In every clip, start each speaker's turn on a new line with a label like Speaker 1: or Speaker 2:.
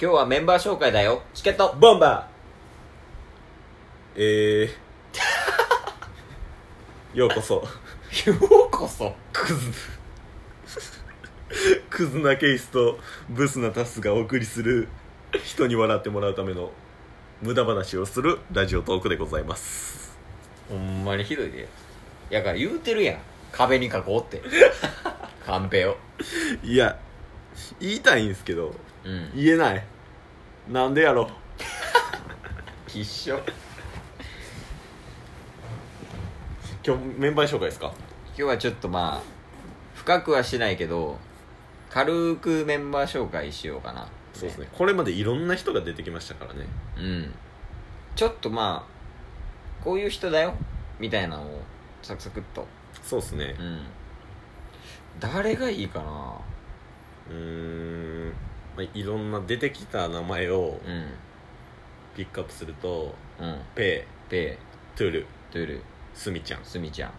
Speaker 1: 今日はメンバー紹介だよチケット
Speaker 2: ボンバーえ ー、ようこそ
Speaker 1: ようこそ
Speaker 2: クズクズなケイスとブスなタスがお送りする人に笑ってもらうための無駄話をするラジオトークでございます
Speaker 1: ほんまにひどいでやから言うてるやん壁に囲おうって カンペを
Speaker 2: いや言いたいんですけど
Speaker 1: うん
Speaker 2: 言えないなんでやろ
Speaker 1: 一緒
Speaker 2: 今日メンバー紹介ですか
Speaker 1: 今日はちょっとまあ深くはしないけど軽くメンバー紹介しようかな
Speaker 2: そうですねこれまでいろんな人が出てきましたからね
Speaker 1: うんちょっとまあこういう人だよみたいなのをサクサクっと
Speaker 2: そうですね
Speaker 1: うん誰がいいかな
Speaker 2: うーん、まあ、いろんな出てきた名前を
Speaker 1: う
Speaker 2: ピックアップすると、
Speaker 1: んうん
Speaker 2: ペ
Speaker 1: ペ
Speaker 2: イトゥル
Speaker 1: イトゥル
Speaker 2: スミちゃん、
Speaker 1: スミちゃん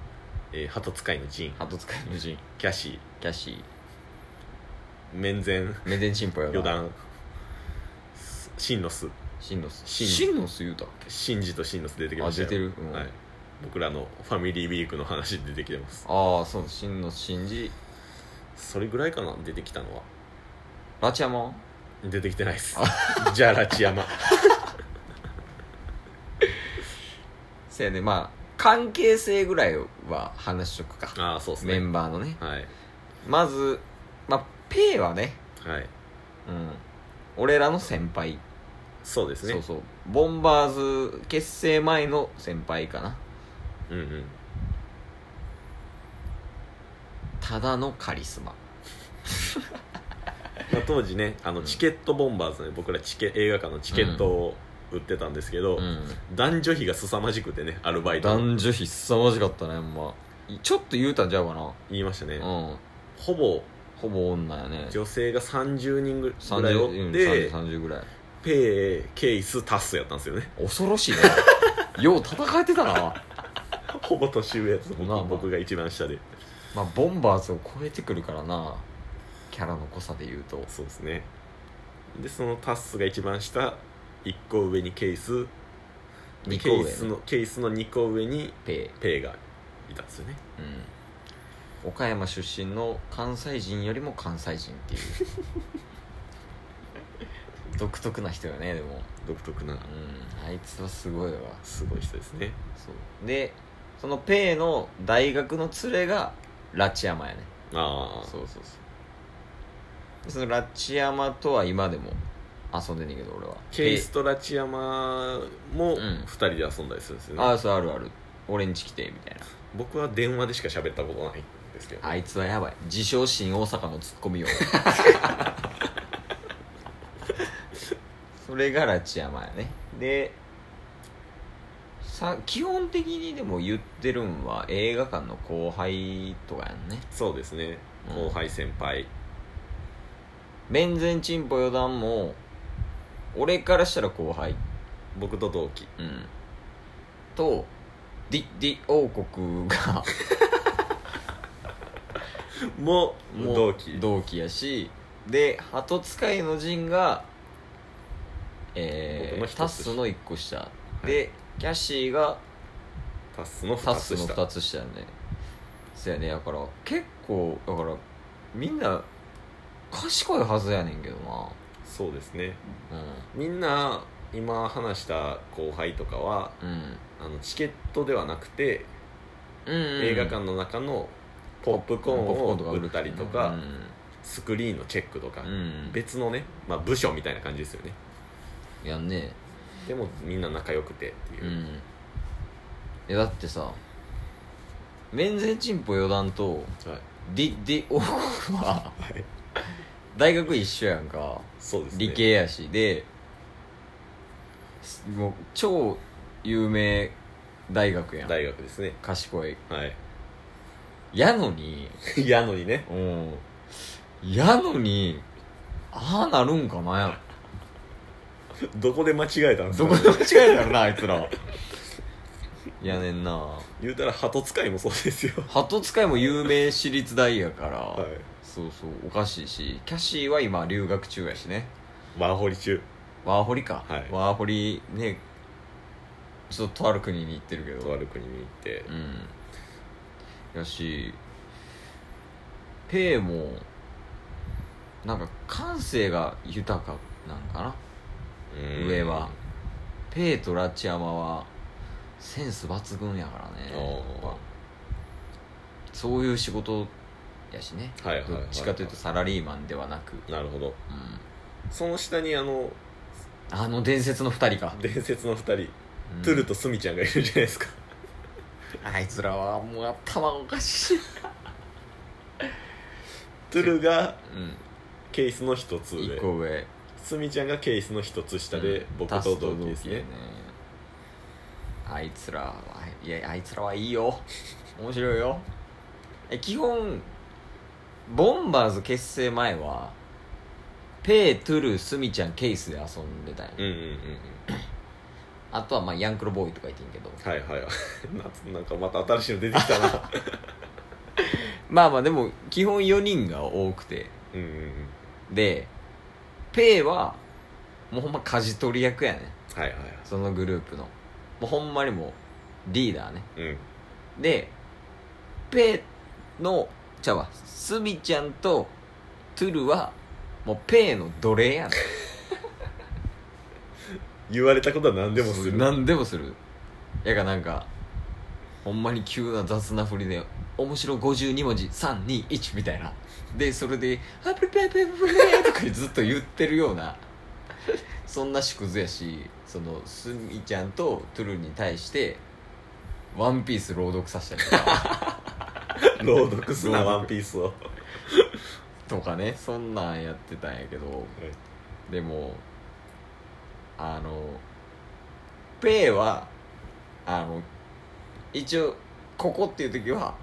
Speaker 2: えー、鳩使いのジン
Speaker 1: ハト使いの陣
Speaker 2: キャシ
Speaker 1: キャッシ
Speaker 2: ーメンゼン
Speaker 1: ーメデンチンポよ
Speaker 2: ヨダンスシンノス
Speaker 1: シンノス
Speaker 2: シン
Speaker 1: シンノス言うたっけ
Speaker 2: シンジとシンノス出てきましたよ
Speaker 1: あ出てるうん
Speaker 2: はい、僕らのファミリーウィークの話出てきてます
Speaker 1: ああそうシンノスシンジ
Speaker 2: それぐらいかな出てきたのは
Speaker 1: ラチャマ
Speaker 2: 出てきてないですじゃあラチヤ マ
Speaker 1: せやねまあ関係性ぐらいは話しとくか
Speaker 2: ああそうです
Speaker 1: メ
Speaker 2: ね
Speaker 1: ンバーのね
Speaker 2: はい
Speaker 1: まずまあペイはね
Speaker 2: はい
Speaker 1: うん俺らの先輩
Speaker 2: そうですね
Speaker 1: そうそうボンバーズ結成前の先輩かな
Speaker 2: うんうん
Speaker 1: ただのカリスマ
Speaker 2: まあ、当時ねあの
Speaker 1: うん
Speaker 2: チケットボンバーズね、僕らチケ映画館のチケットを売ってたんですけど、
Speaker 1: うん
Speaker 2: 男女比が凄まじくてねアルバイトの
Speaker 1: 男女比凄まじかったねほんまいちょっと言うたんちゃうかな
Speaker 2: 言いましたね、
Speaker 1: うん
Speaker 2: ほぼ
Speaker 1: ほぼ女やね
Speaker 2: 女性が30人ぐぐらいおっ
Speaker 1: 30うん
Speaker 2: て、
Speaker 1: 30 30ぐらい
Speaker 2: ペイケイスタスやったんですよね
Speaker 1: 恐ろしい ねよう戦えてたな
Speaker 2: ほぼ年上やつ僕,、
Speaker 1: まあまあ
Speaker 2: 僕が一番下で
Speaker 1: まあボンバーズを超えてくるからなキャラの濃さで言うと
Speaker 2: そうですねでそのタスが一番下1個上にケイスで
Speaker 1: 二個上ね
Speaker 2: ケイスのケイスの2個上に
Speaker 1: ペ
Speaker 2: ペイがいたんですよね
Speaker 1: イ、うん、岡山出身の関西人よりも関西人 っていう独特な人よねでも
Speaker 2: 独特な
Speaker 1: うんあいつはすごいわ
Speaker 2: すごい人ですね
Speaker 1: そうでそのペイの大学の連れがラチヤマやね
Speaker 2: ああ
Speaker 1: そうそうそうでそのラチヤマとは今でも遊んでんねんけど俺は
Speaker 2: ケイスとラチヤマも
Speaker 1: うん
Speaker 2: 2人で遊んだりするんですよね、
Speaker 1: ああそうあるある俺んち来てみたいな
Speaker 2: 僕は電話でしか喋ったことないんですけど、
Speaker 1: あいつはやばい自称新大阪のツッコミよ それがラチヤマやねでさ基本的にでも言ってるんは映画館の後輩とかやんね
Speaker 2: そうですね
Speaker 1: うん
Speaker 2: 後輩先輩、
Speaker 1: メンゼンチンポ余談も俺からしたら後輩
Speaker 2: 僕と同期
Speaker 1: うんとディディ王国が
Speaker 2: も
Speaker 1: もう
Speaker 2: 同期
Speaker 1: 同期やしで鳩使いの陣がえ
Speaker 2: 僕の
Speaker 1: ー
Speaker 2: 一つ下
Speaker 1: タッスの1個下、
Speaker 2: い
Speaker 1: でキャシーが
Speaker 2: タスの
Speaker 1: タ
Speaker 2: 2
Speaker 1: ッス
Speaker 2: つ
Speaker 1: の
Speaker 2: 下
Speaker 1: 2つ下やねそやねだから結構だからみんな賢いはずやねんけど
Speaker 2: そうですね
Speaker 1: な
Speaker 2: みんな今話した後輩とかは
Speaker 1: うんうん
Speaker 2: あのチケットではなくて、
Speaker 1: うんうん
Speaker 2: 映画館の中のポップコー
Speaker 1: ポップ
Speaker 2: ン
Speaker 1: コ
Speaker 2: を
Speaker 1: ーン
Speaker 2: 売ったりとか、スクリーンのチェックとか、
Speaker 1: うん、うん
Speaker 2: 別のね、まあ、部署みたいな感じですよね
Speaker 1: やんね
Speaker 2: でもみんな仲良くてっていうう、
Speaker 1: んえだってさ免税チンポ余談と
Speaker 2: はい、
Speaker 1: ディディ王国は大学一緒やんか
Speaker 2: そうですね
Speaker 1: 理系やしですもう超有名大学やん
Speaker 2: 大学ですね
Speaker 1: 賢い
Speaker 2: はい
Speaker 1: やのに
Speaker 2: やのにね
Speaker 1: うんやのにああなるんかな
Speaker 2: どこで間違えたんで す
Speaker 1: ど
Speaker 2: か
Speaker 1: こ
Speaker 2: ね、
Speaker 1: で間違えたろなあいつらやねんな
Speaker 2: 言うたら鳩使いもそうですよ
Speaker 1: 鳩使いも有名私立大やから、
Speaker 2: はい
Speaker 1: そうそうおかしいしキャシーは今留学中やしね
Speaker 2: ワーホリ中
Speaker 1: ワーホリか、
Speaker 2: はい
Speaker 1: ワーホリねちょっととある国に行ってるけど
Speaker 2: とある国に行って
Speaker 1: うんやしペイもなんか感性が豊かなんかな
Speaker 2: うん
Speaker 1: 上はペイとラチアマはセンス抜群やからね
Speaker 2: おー
Speaker 1: やっぱそういう仕事やしね、
Speaker 2: はいはいはいはい
Speaker 1: どっちかというとサラリーマンではなく、
Speaker 2: なるほ
Speaker 1: う
Speaker 2: ど
Speaker 1: ん
Speaker 2: その下にあの
Speaker 1: あの伝説の2人か、
Speaker 2: 伝説の2人、
Speaker 1: うん
Speaker 2: トゥルとスミちゃんがいるじゃないですか
Speaker 1: あいつらはもう頭おかしい、
Speaker 2: トゥルが
Speaker 1: う
Speaker 2: ケースの1つ
Speaker 1: ん、1
Speaker 2: 上
Speaker 1: 個上
Speaker 2: スミちゃんがケースの1つ下で、
Speaker 1: うん
Speaker 2: 僕と同期で
Speaker 1: タス
Speaker 2: す
Speaker 1: と
Speaker 2: ね
Speaker 1: あいつらはいやあいつらはいい よ面白いよえ基本ボンバーズ結成前はペイトゥルスミちゃんケースで遊んでたんよ
Speaker 2: うんうんうん
Speaker 1: あとはまあヤンクロボーイとか言ってんけど
Speaker 2: うんはいはいはい ななんかまた新しいの出てき たな
Speaker 1: まあまあでも基本4人が多くて
Speaker 2: うんうんうん
Speaker 1: でペイはもうほんま舵取り役やね
Speaker 2: はいはいはい
Speaker 1: そのグループのもうほんまにもうリーダーね
Speaker 2: うん
Speaker 1: でペのちゃうわスミちゃんとトゥルはもうペの奴隷やね
Speaker 2: 言われたことは何でもする
Speaker 1: 何でもするやがなんかほんまに急な雑な振りで「面白52文字321」みたいなでそれで「あプレペペペペ」とかずっと言ってるようなそんな縮図やしそのスミちゃんとトゥルに対して「ワンピース朗読させたりとか
Speaker 2: 朗読す
Speaker 1: 朗
Speaker 2: な
Speaker 1: 読
Speaker 2: ワンピースを、
Speaker 1: とかねそんなんやってたんやけどでもあのペイはあの一応ここっていう時は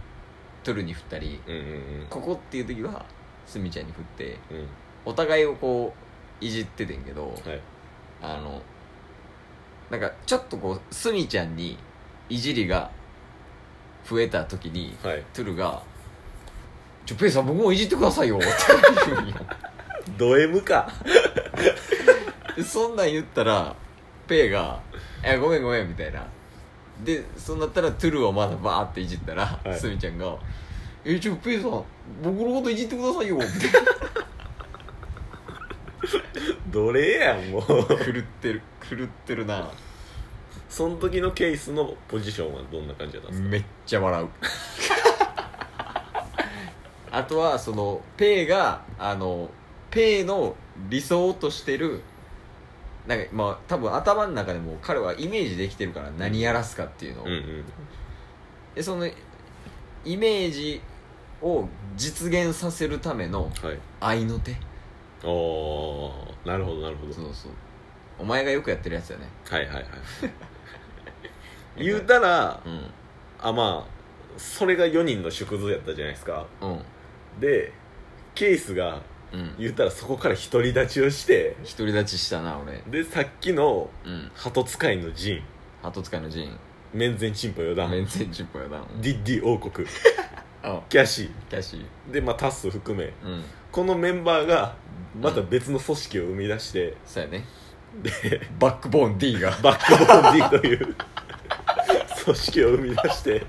Speaker 1: トゥルに振ったり
Speaker 2: うんうんうん
Speaker 1: ここっていう時はスミちゃんに振って
Speaker 2: うん
Speaker 1: お互いをこういじっててんけど
Speaker 2: はい
Speaker 1: あのなんかちょっとこうスミちゃんにいじりが増えた時に
Speaker 2: はい
Speaker 1: トゥルが「ちょペイさん僕もいじってくださいよ」って言うんよ
Speaker 2: ド M か
Speaker 1: でそんなん言ったらペイが「えごめんごめん」みたいなでそうなったらトゥルをまだバーっていじったら、
Speaker 2: はい
Speaker 1: スミちゃんが「えちょペイさん僕のこといじってくださいよ」みたい
Speaker 2: 奴隷やんもう
Speaker 1: な狂ってる狂ってるな
Speaker 2: その時のケースのポジションはどんな感じだったんですか
Speaker 1: めっちゃ 笑うあとはそのペイがあのペイの理想としてるなんかまあ多分頭の中でもう彼はイメージできてるから何やらすかっていうのを、
Speaker 2: うんうん
Speaker 1: でそのイメージを実現させるための
Speaker 2: はい
Speaker 1: 愛の手
Speaker 2: おーなるほどなるほど
Speaker 1: そうそうお前がよくやってるやつだね
Speaker 2: はい はいはい言うたら
Speaker 1: う
Speaker 2: あまあそれが4人の縮図やったじゃないですか
Speaker 1: んうん
Speaker 2: でケースが
Speaker 1: うん
Speaker 2: 言うたらそこから独り立ちをして
Speaker 1: 独り立ちしたな俺
Speaker 2: でさっきの
Speaker 1: うん
Speaker 2: 鳩使いの陣
Speaker 1: 鳩使いのジン
Speaker 2: 面前チンポよだ
Speaker 1: メ
Speaker 2: デ
Speaker 1: ンツェンチップやな
Speaker 2: ィッディ王国
Speaker 1: あ
Speaker 2: キャシ
Speaker 1: キャシー
Speaker 2: ーでまあタッス含め
Speaker 1: うん
Speaker 2: このメンバーがまた別の組織を生み出して、
Speaker 1: そうやね
Speaker 2: で
Speaker 1: バックボーン D が
Speaker 2: バックボーン D という組織を生み出して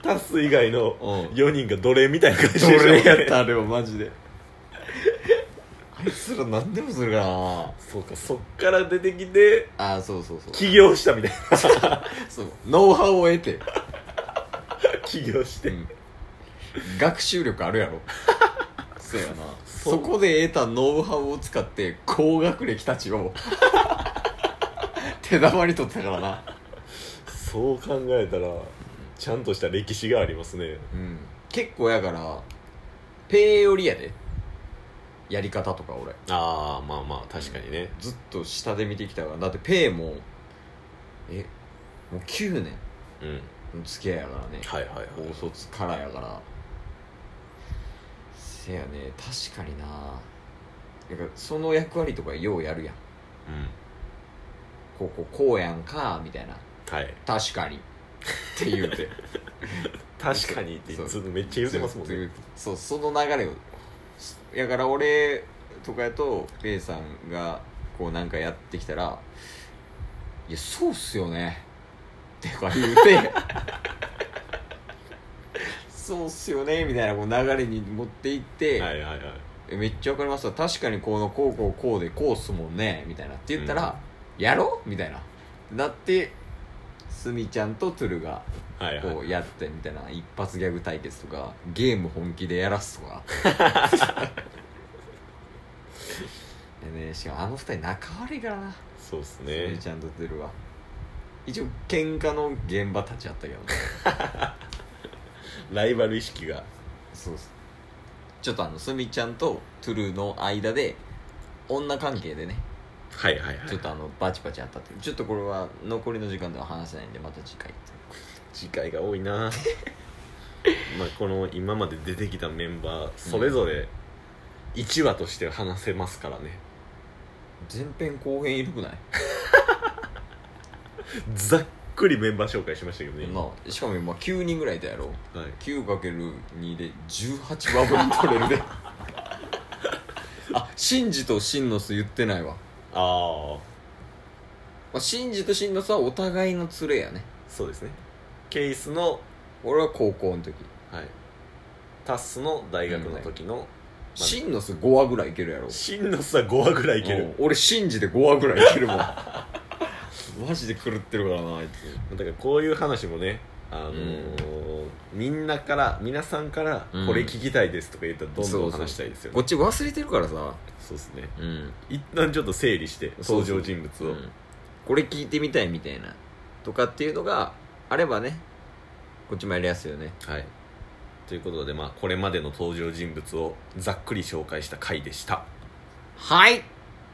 Speaker 2: タス以外の
Speaker 1: うん
Speaker 2: 4人が奴隷みたいな感じでし
Speaker 1: そ
Speaker 2: たもんね
Speaker 1: れやったあれはマジで あいつら何でもするからな
Speaker 2: そうかそっから出てきて
Speaker 1: ああそうそうそう
Speaker 2: 起業したみたい
Speaker 1: そうノウハウを得て
Speaker 2: な起業して、
Speaker 1: うん学習力あるやろ そうやな
Speaker 2: そ
Speaker 1: そうこで得たノウハウを使って高学歴たちを 手玉に取ってたからな
Speaker 2: そう考えたらちゃんとした歴史がありますね
Speaker 1: うん結構やからペイよりやでやり方とか俺
Speaker 2: ああまあまあ確かにね
Speaker 1: ずっと下で見てきたからだってペイもえもう9年
Speaker 2: うん、
Speaker 1: の付き合いやからね
Speaker 2: はいはいはい
Speaker 1: 高卒からやからせやね確かにななんかその役割とかようやるやんこうこうこうやんかみたいな
Speaker 2: はい
Speaker 1: 確かにって言う て
Speaker 2: 確かにっていつ
Speaker 1: そう
Speaker 2: めっちゃ言うてますもんね
Speaker 1: そうそうその流れをやから俺とかやとレイさんがこうなんかやってきたら「いやそうっすよね」とか言う て「そうっすよね」みたいなこう流れに持っていって「
Speaker 2: はいはいはい
Speaker 1: えめっちゃわかりますわ確かにこのこうこうこうでこうっすもんね」みたいなって言ったら「やろ?」みたいななってスミちゃんとトゥルが
Speaker 2: はいはい
Speaker 1: こうやってみたいな一発ギャグ対決とかゲーム本気でやらすと かでねしかもあの二人仲悪いからな
Speaker 2: そうっす
Speaker 1: ゆり
Speaker 2: ね
Speaker 1: ちゃんと出るわ一応喧嘩の現場立ち会ったけど ね
Speaker 2: ライバル意識が
Speaker 1: そうっすちょっとあのすみちゃんとトゥルーの間で女関係でね
Speaker 2: はいはいは
Speaker 1: ちょっ
Speaker 2: い
Speaker 1: とあのバチバチあったっていうちょっとこれは残りの時間では話せないんでまた次回
Speaker 2: 次回が多いな まあこの今まで出てきたメンバーそれぞれ1話として話せますからね
Speaker 1: 前編後編いるくない
Speaker 2: ざっくりメンバー紹介しましたけどね、
Speaker 1: なあしかも今9人ぐらいいたやろ
Speaker 2: はい、
Speaker 1: 9×2 で18話分取れる であシンジとシンノス言ってないわ、
Speaker 2: ああ
Speaker 1: まあ、シンジとシンノスはお互いの連れやね
Speaker 2: そうですねケイスの、
Speaker 1: 俺は高校の時
Speaker 2: はい、タッスの大学の時の、
Speaker 1: シンノス5話ぐらいいけるやろ
Speaker 2: シンのさ5話ぐらいいける、
Speaker 1: うん俺シンジで5話ぐらいいけるもんマジで狂ってるからなあいつ
Speaker 2: だからこういう話もねあのーみんなから皆さんから
Speaker 1: うん
Speaker 2: これ聞きたいですとか言ったらどん
Speaker 1: そ
Speaker 2: どん
Speaker 1: うそう
Speaker 2: 話したいですよ
Speaker 1: こ
Speaker 2: ね
Speaker 1: っち忘れてるからさ
Speaker 2: そうですね
Speaker 1: うん
Speaker 2: 一旦ちょっと整理して
Speaker 1: そう
Speaker 2: 登
Speaker 1: そう
Speaker 2: 場人物を
Speaker 1: うんこれ聞いてみたいみたいなとかっていうのがあればねこっちもやりやすいよね
Speaker 2: はいということでまあこれまでの登場人物をざっくり紹介した回でした
Speaker 1: はい